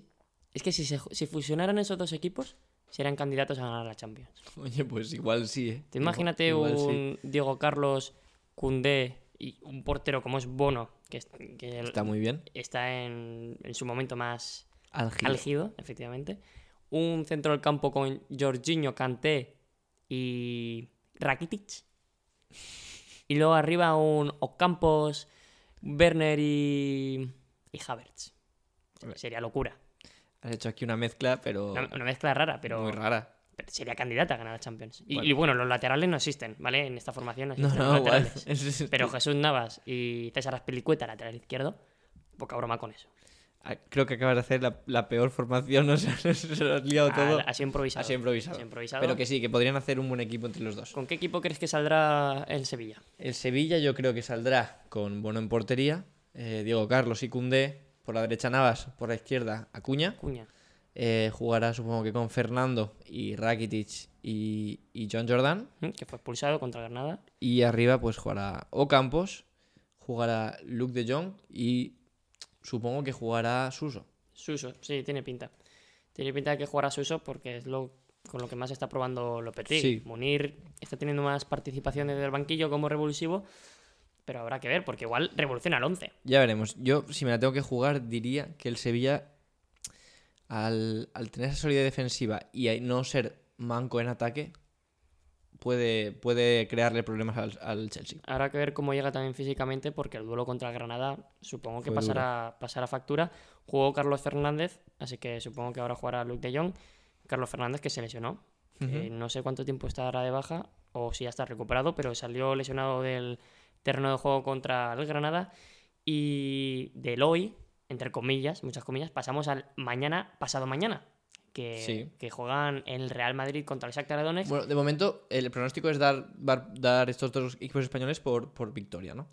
Speaker 1: Es que si, se, si fusionaran esos dos equipos, serían candidatos a ganar la Champions.
Speaker 2: Oye, pues igual sí, ¿eh?
Speaker 1: Te imagínate
Speaker 2: Igual sí.
Speaker 1: un Diego Carlos, Cundé y un portero como es Bono, que, es- que el-
Speaker 2: Está muy bien.
Speaker 1: está en- en su momento más
Speaker 2: Algil.
Speaker 1: Álgido, efectivamente. Un centro del campo con Jorginho, Kanté y Rakitic. Y luego arriba un Ocampos, Werner y, y Havertz.
Speaker 2: Hombre.
Speaker 1: Sería locura.
Speaker 2: Has hecho aquí una mezcla, pero
Speaker 1: Una, una mezcla rara, pero,
Speaker 2: muy rara.
Speaker 1: pero sería candidata a ganar la Champions. Y y bueno.
Speaker 2: Bueno.
Speaker 1: los laterales no existen, ¿vale? En esta formación no
Speaker 2: No,
Speaker 1: existen los
Speaker 2: no, guay.
Speaker 1: laterales. Pero Jesús Navas y César Azpilicueta, lateral izquierdo, poca broma con eso.
Speaker 2: Ah, Creo que acabas de hacer la, la peor formación, o sea, se lo has liado todo.
Speaker 1: Ha- ha sido improvisado.
Speaker 2: Así improvisado.
Speaker 1: Ha sido improvisado.
Speaker 2: Pero que sí, que podrían hacer un buen equipo entre los dos.
Speaker 1: ¿Con qué equipo crees que saldrá el Sevilla?
Speaker 2: El Sevilla yo creo que saldrá con Bono en portería, eh, Diego Carlos y Cundé, por la derecha Navas, por la izquierda Acuña.
Speaker 1: Cuña.
Speaker 2: Eh, jugará supongo que con Fernando y Rakitic y, y John Jordan.
Speaker 1: Ujú, que fue expulsado contra Granada.
Speaker 2: Y arriba pues jugará Ocampos, jugará Luke de Jong y supongo que jugará Suso.
Speaker 1: Suso, sí, tiene pinta. Tiene pinta de que jugará Suso porque es lo con lo que más está probando Lopetegui.
Speaker 2: Sí.
Speaker 1: Munir está teniendo más participación desde el banquillo como revulsivo, pero habrá que ver, porque igual revoluciona al 11.
Speaker 2: Ya veremos. Yo, si me la tengo que jugar, diría que el Sevilla, al, al tener esa solidez defensiva y a no ser manco en ataque, puede, puede crearle problemas al, al Chelsea.
Speaker 1: Habrá que ver cómo llega también físicamente, porque el duelo contra el Granada supongo que
Speaker 2: Fue
Speaker 1: pasará, pasará factura. Jugó Carlos Fernández, así que supongo que ahora jugará Luke de Jong. Carlos Fernández que se lesionó. Eh, no sé cuánto tiempo estará de baja o si ya está recuperado, pero salió lesionado del terreno de juego contra el Granada. Y del hoy, entre comillas, muchas comillas, pasamos al mañana, pasado mañana, que,
Speaker 2: Sí.
Speaker 1: que juegan el Real Madrid contra el Shakhtar Donetsk.
Speaker 2: Bueno, de momento, el pronóstico es dar, dar, dar estos dos equipos españoles por, por victoria, ¿no?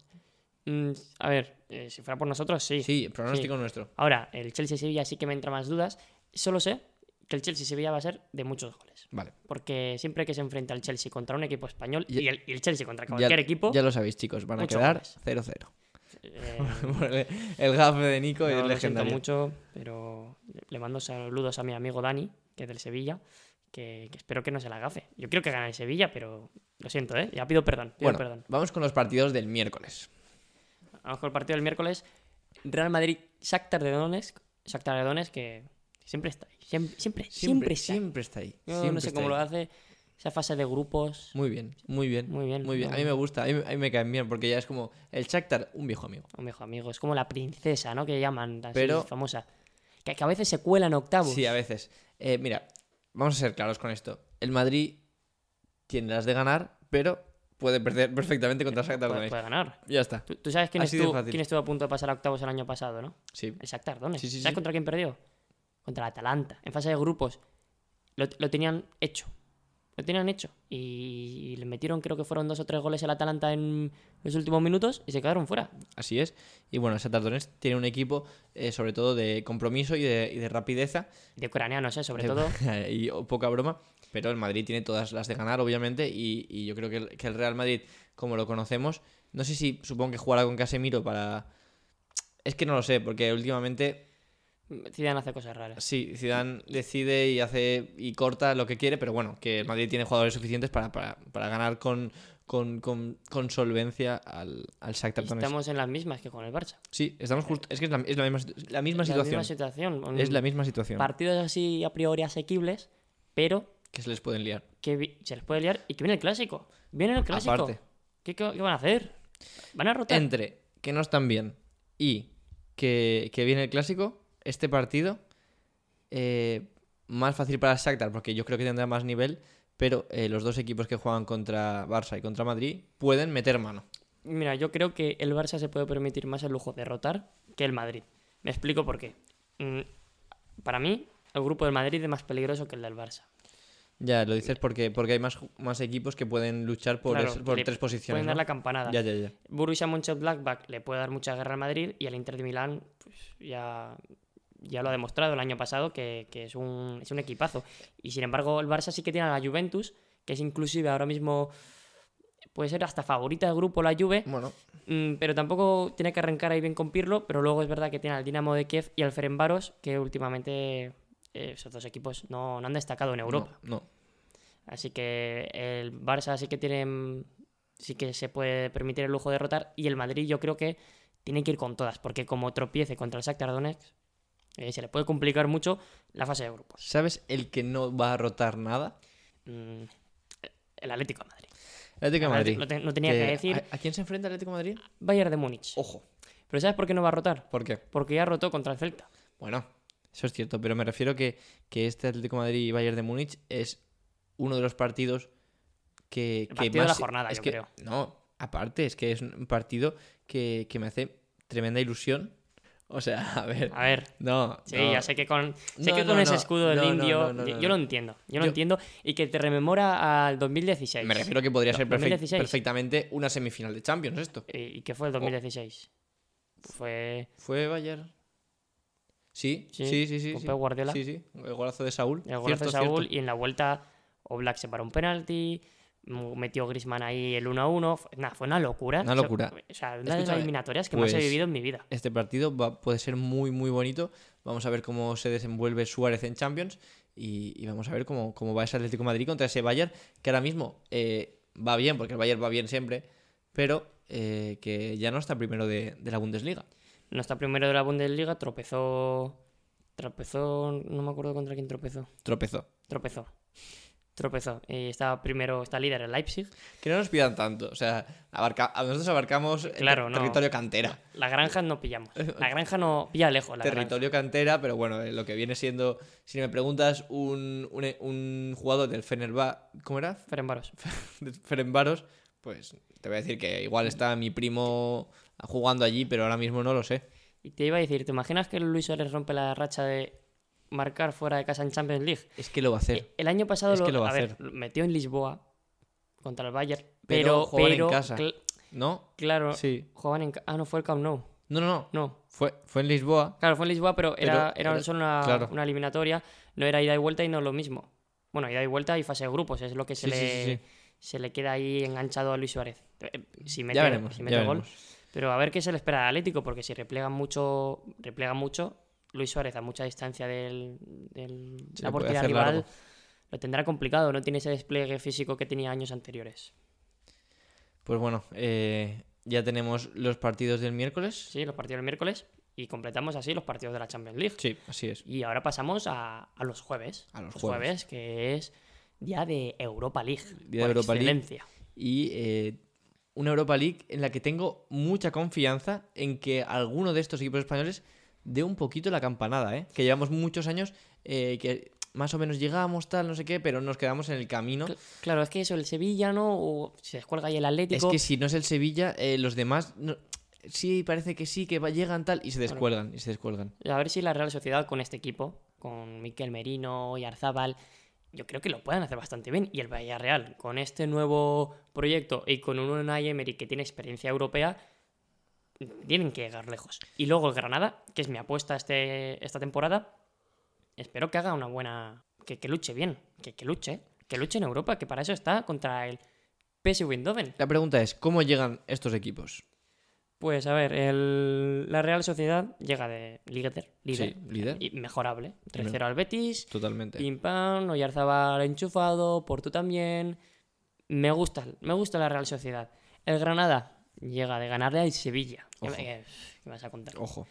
Speaker 1: Mm, a ver, eh, si fuera por nosotros, sí.
Speaker 2: Sí, el pronóstico nuestro.
Speaker 1: Ahora, el Chelsea-Sevilla sí que me entra más dudas. Solo sé que el Chelsea-Sevilla va a ser de muchos goles.
Speaker 2: Vale.
Speaker 1: Porque siempre que se enfrenta el Chelsea contra un equipo español
Speaker 2: Ya-
Speaker 1: y el, y el Chelsea contra
Speaker 2: Ya-
Speaker 1: cualquier equipo,
Speaker 2: Ya lo sabéis, chicos. Van a
Speaker 1: Mucho
Speaker 2: quedar
Speaker 1: goles.
Speaker 2: 0-0.
Speaker 1: eh,
Speaker 2: El- el gafe de Nico
Speaker 1: No,
Speaker 2: es
Speaker 1: lo siento
Speaker 2: legendario.
Speaker 1: mucho, pero le mando saludos a mi amigo Dani, que es del Sevilla, que, que espero que no se la gafe. Yo quiero que gane el Sevilla, pero lo siento, ¿eh? Ya pido perdón, pido
Speaker 2: Bueno,
Speaker 1: perdón.
Speaker 2: vamos con los partidos del miércoles.
Speaker 1: A lo mejor el partido del miércoles, Real Madrid, Shakhtar de Donetsk, Shakhtar de Donetsk, que siempre está ahí, siempre, siempre, siempre, está ahí.
Speaker 2: siempre está ahí.
Speaker 1: Yo no
Speaker 2: siempre
Speaker 1: sé
Speaker 2: está
Speaker 1: cómo lo
Speaker 2: ahí.
Speaker 1: hace, esa fase de grupos,
Speaker 2: Muy bien, muy bien.
Speaker 1: Muy bien,
Speaker 2: Muy bien.
Speaker 1: muy
Speaker 2: A mí me
Speaker 1: bien.
Speaker 2: gusta, a mí, a mí me caen bien, porque ya es como el Shakhtar, un viejo amigo.
Speaker 1: un viejo amigo, es como la princesa, ¿no? Que llaman, así,
Speaker 2: Pero-
Speaker 1: famosa. Que, que a veces se cuelan octavos.
Speaker 2: Sí, a veces. Eh, mira, vamos a ser claros con esto. El Madrid tiene las de ganar, pero puede perder perfectamente contra Shakhtar
Speaker 1: puede,
Speaker 2: Donetsk.
Speaker 1: puede ganar.
Speaker 2: Ya está.
Speaker 1: Tú, tú sabes quién,
Speaker 2: Así de
Speaker 1: estuvo,
Speaker 2: fácil.
Speaker 1: quién estuvo a punto de pasar a octavos el año pasado, ¿no?
Speaker 2: Sí.
Speaker 1: El Shakhtar Donetsk.
Speaker 2: Sí, sí,
Speaker 1: ¿Sabes
Speaker 2: sí.
Speaker 1: contra quién perdió? Contra el Atalanta. En fase de grupos. Lo, lo tenían hecho. Lo tenían hecho. Y, y le metieron, creo que fueron dos o tres goles al Atalanta en los últimos minutos y se quedaron fuera.
Speaker 2: Así es. Y bueno, el Shakhtar Donetsk tiene un equipo eh, sobre todo de compromiso y de, y de rapideza.
Speaker 1: De ucranianos, ¿eh? Sobre
Speaker 2: Eh,
Speaker 1: todo.
Speaker 2: y o- poca broma, pero el Madrid tiene todas las de ganar, obviamente, y, y yo creo que el, que el Real Madrid, como lo conocemos, no sé si supongo que jugará con Casemiro para... Es que no lo sé, porque últimamente
Speaker 1: Zidane hace cosas raras.
Speaker 2: sí, Zidane decide y hace y corta lo que quiere, pero bueno, que el Madrid tiene jugadores suficientes para, para, para ganar con, con, con, con solvencia al, al Shakhtar
Speaker 1: Y
Speaker 2: Donetsk.
Speaker 1: estamos en las mismas que con el Barça.
Speaker 2: Sí, estamos justo... Es que es la, es la misma, situ- la misma
Speaker 1: la
Speaker 2: situación.
Speaker 1: misma situación. Un-
Speaker 2: es la misma situación
Speaker 1: Partidos así a priori asequibles, pero
Speaker 2: que se les pueden liar.
Speaker 1: que vi- se les puede liar y que viene el clásico. Viene el clásico.
Speaker 2: Aparte.
Speaker 1: ¿Qué, qué, qué van a hacer? ¿Van a rotar?
Speaker 2: entre que no están bien y que, que viene el clásico, este partido, eh, más fácil para el Shakhtar, porque yo creo que tendrá más nivel, pero eh, los dos equipos que juegan contra Barça y contra Madrid pueden meter mano.
Speaker 1: Mira, yo creo que el Barça se puede permitir más el lujo de rotar que el Madrid. Me explico por qué. Mm, Para mí, el grupo del Madrid es más peligroso que el del Barça.
Speaker 2: Ya, lo dices porque, porque hay más, ju- más equipos que pueden luchar por,
Speaker 1: Claro,
Speaker 2: es- por
Speaker 1: le
Speaker 2: tres posiciones.
Speaker 1: Pueden dar
Speaker 2: ¿no?
Speaker 1: la Eh, campanada.
Speaker 2: Ya, ya, ya.
Speaker 1: Borussia Mönchengladbach le puede dar mucha guerra al Madrid y al Inter de Milán pues, ya, ya lo ha demostrado el año pasado que, que es, un, es un equipazo. Y sin embargo el Barça sí que tiene a la Juventus, que es inclusive ahora mismo puede ser hasta favorita del grupo la Juve,
Speaker 2: Bueno,
Speaker 1: mm, pero tampoco tiene que arrancar ahí bien con Pirlo, pero luego es verdad que tiene al Dinamo de Kiev y al Ferenbaros, que últimamente eh, esos dos equipos no, no han destacado en Europa.
Speaker 2: No, no.
Speaker 1: Así que el Barça sí que tiene. Sí que se puede permitir el lujo de derrotar. Y el Madrid, yo creo que tiene que ir con todas. Porque como tropiece contra el Shakhtar Donetsk, eh, se le puede complicar mucho la fase de grupos.
Speaker 2: ¿Sabes el que no va a rotar nada?
Speaker 1: Mm, el Atlético de Madrid.
Speaker 2: El Atlético de
Speaker 1: Ahora
Speaker 2: Madrid.
Speaker 1: lo te- lo tenía que decir. Ah,
Speaker 2: ¿a, a quién se enfrenta el Atlético de Madrid?
Speaker 1: Bayern de Múnich.
Speaker 2: Ojo.
Speaker 1: Pero ¿sabes por qué no va a rotar?
Speaker 2: ¿Por qué?
Speaker 1: Porque ya rotó contra el Celta.
Speaker 2: Bueno, eso es cierto, pero me refiero que, que este Atlético de Madrid y Bayern de Múnich es uno de los partidos que, que
Speaker 1: partido de
Speaker 2: más-
Speaker 1: la jornada,
Speaker 2: es
Speaker 1: yo
Speaker 2: que-
Speaker 1: creo.
Speaker 2: No, aparte, es que es un partido que, que me hace tremenda ilusión. O sea, a ver.
Speaker 1: A ver.
Speaker 2: No.
Speaker 1: Ah, Sí,
Speaker 2: no.
Speaker 1: ya sé que con, sé
Speaker 2: No,
Speaker 1: que
Speaker 2: no,
Speaker 1: con ese
Speaker 2: no.
Speaker 1: escudo del
Speaker 2: No, no,
Speaker 1: indio.
Speaker 2: no, no,
Speaker 1: yo,
Speaker 2: no,
Speaker 1: yo lo
Speaker 2: no.
Speaker 1: entiendo. Yo lo
Speaker 2: Yo-
Speaker 1: entiendo. Y que te rememora al 2016.
Speaker 2: Me refiero que podría
Speaker 1: No,
Speaker 2: ser perfect-
Speaker 1: 2016.
Speaker 2: perfectamente una semifinal de Champions esto.
Speaker 1: Eh, ¿Y qué fue
Speaker 2: Oh.
Speaker 1: el 2016? Fue.
Speaker 2: ¿Fue Bayern? Sí,
Speaker 1: Sí,
Speaker 2: sí, sí, sí.
Speaker 1: con
Speaker 2: sí.
Speaker 1: Pep Guardiola.
Speaker 2: Sí, sí, el golazo de Saúl.
Speaker 1: El golazo de
Speaker 2: Cierto,
Speaker 1: Saúl
Speaker 2: cierto.
Speaker 1: y en la vuelta Oblak se para un penalti, mm, metió Grisman ahí el 1-1. Fue- Nada, fue una locura.
Speaker 2: Una
Speaker 1: Eso-
Speaker 2: locura.
Speaker 1: o sea, una de las
Speaker 2: Escúchame,
Speaker 1: eliminatorias que más
Speaker 2: pues-
Speaker 1: he vivido en mi vida.
Speaker 2: Este partido va- puede ser muy, muy bonito. Vamos a ver cómo se desenvuelve Suárez en Champions y, y vamos a ver cómo, cómo va ese Atlético de Madrid contra ese Bayern, que ahora mismo eh, va bien, porque el Bayern va bien siempre, pero eh, que ya no está primero de, de la Bundesliga.
Speaker 1: No está primero de la Bundesliga, tropezó. Tropezó. No me acuerdo contra quién tropezó.
Speaker 2: Tropezó.
Speaker 1: Tropezó. Tropezó. Eh, está primero, está líder el Leipzig.
Speaker 2: Que no nos pidan tanto. O sea, abarca, a nosotros abarcamos el
Speaker 1: Claro, no.
Speaker 2: territorio cantera.
Speaker 1: La granja no pillamos. La granja no pilla lejos. La granja.
Speaker 2: Eh, territorio cantera, pero bueno, eh, lo que viene siendo, si me preguntas, un, un, un jugador del Fenerbah... ¿Cómo era?
Speaker 1: Ferencváros.
Speaker 2: de Ferenbaros, pues te voy a decir que igual está mi primo jugando allí, pero ahora mismo no lo sé.
Speaker 1: Y te iba a decir, ¿te imaginas que Luis Suárez rompe la racha de marcar fuera de casa en Champions League?
Speaker 2: Es que lo va a hacer.
Speaker 1: Eh, El año pasado
Speaker 2: Es que lo va a
Speaker 1: ver,
Speaker 2: hacer.
Speaker 1: lo metió en Lisboa contra el Bayern,
Speaker 2: Pero
Speaker 1: pero,
Speaker 2: jugaban en
Speaker 1: pero,
Speaker 2: casa.
Speaker 1: cl-
Speaker 2: ¿No?
Speaker 1: claro,
Speaker 2: Sí.
Speaker 1: jugaban en ca- ah no fue el Camp Nou,
Speaker 2: No, no, no.
Speaker 1: no.
Speaker 2: Fue, fue en Lisboa.
Speaker 1: Claro, fue en Lisboa, pero, era,
Speaker 2: Pero
Speaker 1: era,
Speaker 2: era-
Speaker 1: solo una,
Speaker 2: claro.
Speaker 1: una eliminatoria, no era ida y vuelta y no lo mismo. Bueno, ida y vuelta y fase de grupos, es lo que se
Speaker 2: Sí,
Speaker 1: le
Speaker 2: sí, sí, sí.
Speaker 1: se le queda ahí enganchado a Luis Suárez. Eh, Si mete,
Speaker 2: ya veremos.
Speaker 1: si
Speaker 2: ya
Speaker 1: mete gol.
Speaker 2: veremos.
Speaker 1: Pero a ver qué se le espera al Atlético, porque si replegan mucho, repliega mucho, Luis Suárez a mucha distancia del, del-
Speaker 2: Se
Speaker 1: la
Speaker 2: le puede
Speaker 1: portería
Speaker 2: hacer
Speaker 1: rival
Speaker 2: largo.
Speaker 1: lo tendrá complicado, no tiene ese despliegue físico que tenía años anteriores.
Speaker 2: Pues bueno, eh, ya tenemos los partidos del miércoles.
Speaker 1: Sí, los partidos del miércoles y completamos así los partidos de la Champions League.
Speaker 2: Sí, así es.
Speaker 1: Y ahora pasamos a, a los jueves.
Speaker 2: A los
Speaker 1: jueves. que es día de Europa League.
Speaker 2: Día de
Speaker 1: por
Speaker 2: Europa League.
Speaker 1: excelencia.
Speaker 2: Y eh, una Europa League en la que tengo mucha confianza en que alguno de estos equipos españoles dé un poquito la campanada, ¿eh? Que llevamos muchos años eh, que más o menos llegamos, tal, no sé qué, pero nos quedamos en el camino.
Speaker 1: Cl- Claro, es que eso, el Sevilla, ¿no? O se descuelga ahí el Atlético.
Speaker 2: Es que si no es el Sevilla, eh, los demás no- sí parece que sí, que va- llegan tal y se descuelgan, y se descuelgan.
Speaker 1: A ver si la Real Sociedad con este equipo, con Miquel Merino y Arzábal, yo creo que lo pueden hacer bastante bien. Y el Villarreal, con este nuevo proyecto y con un Unai Emery que tiene experiencia europea, tienen que llegar lejos. Y luego el Granada, que es mi apuesta este, esta temporada, espero que haga una buena... que, que luche bien, que, que luche, que luche en Europa, que para eso está contra el PSV Eindhoven.
Speaker 2: La pregunta es, ¿cómo llegan estos equipos?
Speaker 1: Pues a ver, el- la Real Sociedad llega de líder, líder,
Speaker 2: Sí, líder.
Speaker 1: y mejorable. 3-0 al Betis,
Speaker 2: Totalmente.
Speaker 1: pim pam, Oyarzabal enchufado, Portu también. Me gusta, me gusta la Real Sociedad. El Granada llega de ganarle al Sevilla. ¿Qué me-
Speaker 2: Ojo.
Speaker 1: qué- qué me vas a contar?
Speaker 2: Ojo.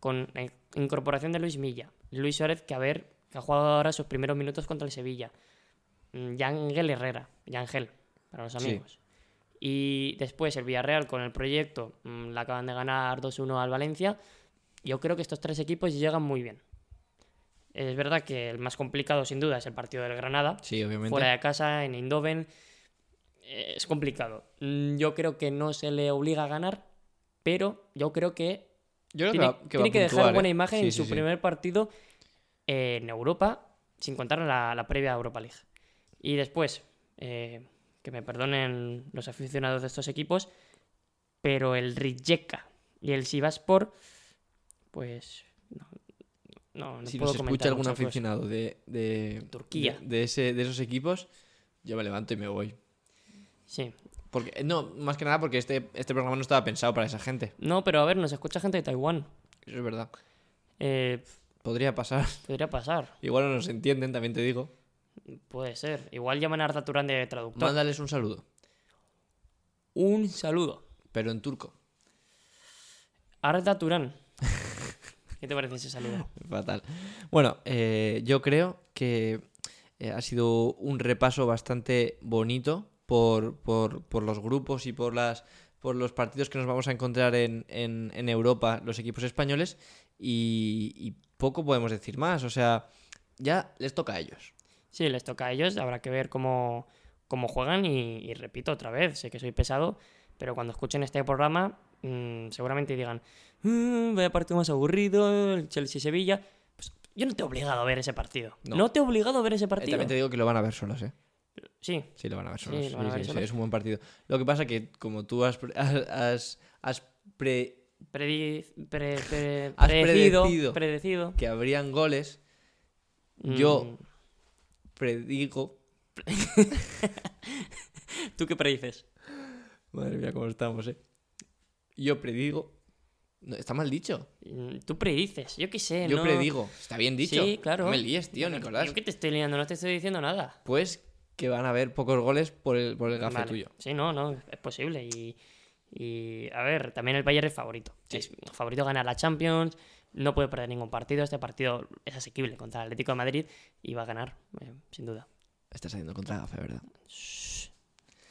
Speaker 1: Con la incorporación de Luis Milla, Luis Suárez, que a ver, que ha jugado ahora sus primeros minutos contra el Sevilla. Mm, Yangel Herrera, Yangel, para los
Speaker 2: Sí.
Speaker 1: amigos. Y después el Villarreal con el proyecto, mm, la acaban de ganar 2-1 al Valencia. Yo creo que estos tres equipos llegan muy bien. Es verdad que el más complicado, sin duda, es el partido del Granada.
Speaker 2: Sí, obviamente.
Speaker 1: Fuera de casa, en Eindhoven. eh, Es complicado. Mm, Yo creo que no se le obliga a ganar, pero yo creo que
Speaker 2: Yo creo
Speaker 1: tiene
Speaker 2: va-
Speaker 1: tiene que,
Speaker 2: va a
Speaker 1: dejar
Speaker 2: puntuar,
Speaker 1: buena
Speaker 2: ¿eh?
Speaker 1: imagen
Speaker 2: Sí,
Speaker 1: en
Speaker 2: sí,
Speaker 1: su
Speaker 2: sí.
Speaker 1: primer partido eh, en Europa, sin contar la, la previa Europa League. Y después, eh, que me perdonen los aficionados de estos equipos, pero el Rijeka y el Sivaspor, pues no, no, no
Speaker 2: si
Speaker 1: puedo
Speaker 2: nos
Speaker 1: comentar
Speaker 2: escucha algún
Speaker 1: muchas cosas.
Speaker 2: aficionado de, de
Speaker 1: Turquía.
Speaker 2: de, de ese, de esos equipos, yo me levanto y me voy.
Speaker 1: Sí.
Speaker 2: Porque, eh, no, más que nada porque este, este programa no estaba pensado para esa gente.
Speaker 1: No, pero a ver, nos escucha gente de Taiwán.
Speaker 2: Eso es verdad.
Speaker 1: Eh,
Speaker 2: Podría pasar.
Speaker 1: podría pasar,
Speaker 2: Igual no nos entienden, también te digo.
Speaker 1: puede ser. Igual llaman a Arda Turán de traductor.
Speaker 2: Mándales un saludo,
Speaker 1: Un saludo.
Speaker 2: pero en turco.
Speaker 1: Arda Turán. ¿Qué te parece ese saludo?
Speaker 2: Fatal. Bueno, eh, yo creo que eh, ha sido un repaso bastante bonito por, por- por los grupos y por las por los partidos que nos vamos a encontrar en, en- en Europa, los equipos españoles, y, y poco podemos decir más. O sea, ya les toca a ellos. Eh,
Speaker 1: Sí, les toca a ellos, habrá que ver cómo, cómo juegan y, y repito otra vez, sé que soy pesado, pero cuando escuchen este programa mm, seguramente digan, "Mm, vaya partido más aburrido, el Chelsea-Sevilla. Pues yo no te he obligado a ver ese partido.
Speaker 2: No.
Speaker 1: No, te he obligado a ver ese
Speaker 2: Eh,
Speaker 1: partido.
Speaker 2: también te digo que lo van a ver solos, ¿eh?
Speaker 1: Sí,
Speaker 2: Sí, lo van a ver
Speaker 1: Sí,
Speaker 2: solos.
Speaker 1: lo van a
Speaker 2: Sí,
Speaker 1: ver
Speaker 2: sí, sí,
Speaker 1: solos.
Speaker 2: es un buen partido. Lo que pasa que como tú has, pre- has, has pre-
Speaker 1: predi- pre- pre-
Speaker 2: Has
Speaker 1: predecido.
Speaker 2: predecido.
Speaker 1: predecido. Mm.
Speaker 2: que habrían goles, Yo- predigo
Speaker 1: ¿Tú qué predices?
Speaker 2: Madre mía, cómo estamos, ¿eh? Yo predigo... No, está mal dicho.
Speaker 1: Mm, Tú predices, yo qué sé, Eh,
Speaker 2: Yo
Speaker 1: no-
Speaker 2: predigo. Está bien dicho.
Speaker 1: Sí, claro.
Speaker 2: No me líes, tío, Nicolás.
Speaker 1: Yo que te estoy liando, no te estoy diciendo nada.
Speaker 2: Pues que van a haber pocos goles por el, por el gafe
Speaker 1: Vale.
Speaker 2: tuyo.
Speaker 1: Sí, no, no, es posible. Y, y, a ver, también el Bayern es favorito.
Speaker 2: Sí.
Speaker 1: Es favorito a ganar la Champions, no puede perder ningún partido. Este partido es asequible contra el Atlético de Madrid y va a ganar, eh, sin duda.
Speaker 2: Estás haciendo contra el gafe, ¿verdad?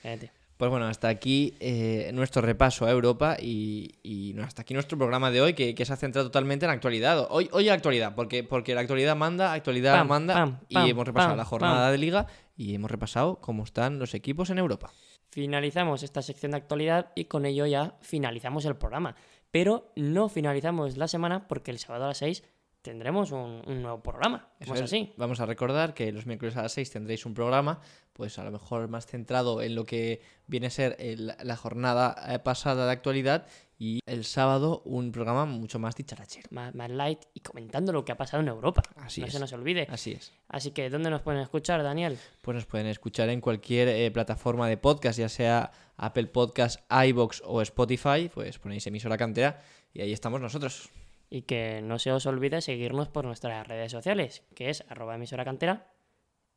Speaker 1: Cállate.
Speaker 2: Pues bueno, hasta aquí eh, nuestro repaso a Europa y, y no, hasta aquí nuestro programa de hoy que, que se ha centrado totalmente en la actualidad. Hoy, hoy actualidad, porque, porque la actualidad manda, actualidad
Speaker 1: Pam,
Speaker 2: manda
Speaker 1: pam,
Speaker 2: y
Speaker 1: pam,
Speaker 2: hemos repasado
Speaker 1: pam,
Speaker 2: la jornada de liga y hemos repasado cómo están los equipos en Europa.
Speaker 1: Finalizamos esta sección de actualidad y con ello ya finalizamos el programa. Pero no finalizamos la semana porque el sábado a las 6 tendremos un, un nuevo programa.
Speaker 2: Eso
Speaker 1: ¿Cómo es
Speaker 2: es,
Speaker 1: así?
Speaker 2: Vamos a recordar que los miércoles a las 6 tendréis un programa, pues a lo mejor más centrado en lo que viene a ser el- la jornada eh, pasada de actualidad y el sábado un programa mucho más dicharachero.
Speaker 1: Más, más light y comentando lo que ha pasado en Europa.
Speaker 2: Así
Speaker 1: no
Speaker 2: es.
Speaker 1: se nos olvide.
Speaker 2: Así es.
Speaker 1: Así que, ¿dónde nos pueden escuchar, Daniel?
Speaker 2: Pues nos pueden escuchar en cualquier eh, plataforma de podcast, ya sea Apple Podcast, iBox o Spotify, pues ponéis emisora cantera y ahí estamos nosotros.
Speaker 1: Y que no se os olvide seguirnos por nuestras redes sociales, que es arroba emisora cantera,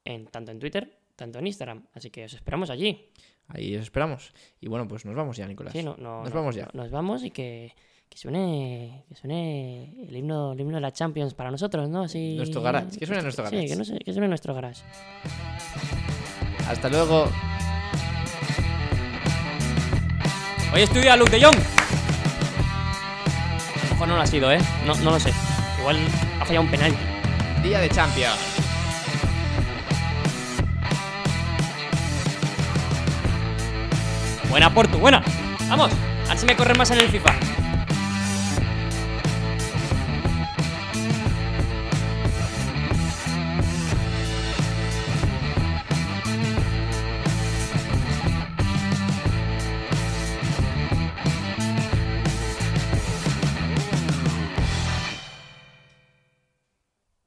Speaker 1: en, tanto en Twitter, tanto en Instagram. Así que os esperamos allí.
Speaker 2: Ahí os esperamos. Y bueno, pues nos vamos ya, Nicolás.
Speaker 1: Sí, no, no,
Speaker 2: Nos
Speaker 1: no,
Speaker 2: vamos ya.
Speaker 1: no, Nos vamos y que, que suene, que suene el, himno, el himno de la Champions para nosotros, ¿no? Así-
Speaker 2: Nuestro garage, que suene nuestro garage.
Speaker 1: Sí, que, no sé- que suene nuestro garage.
Speaker 2: Hasta luego.
Speaker 1: Hoy estudia Luke de Jong. A lo mejor no lo ha sido, ¿eh? No, no lo sé. Igual ha fallado un penalti.
Speaker 2: Día de Champions.
Speaker 1: Buena, Portu, buena. Vamos, a ver si me corren más en el FIFA.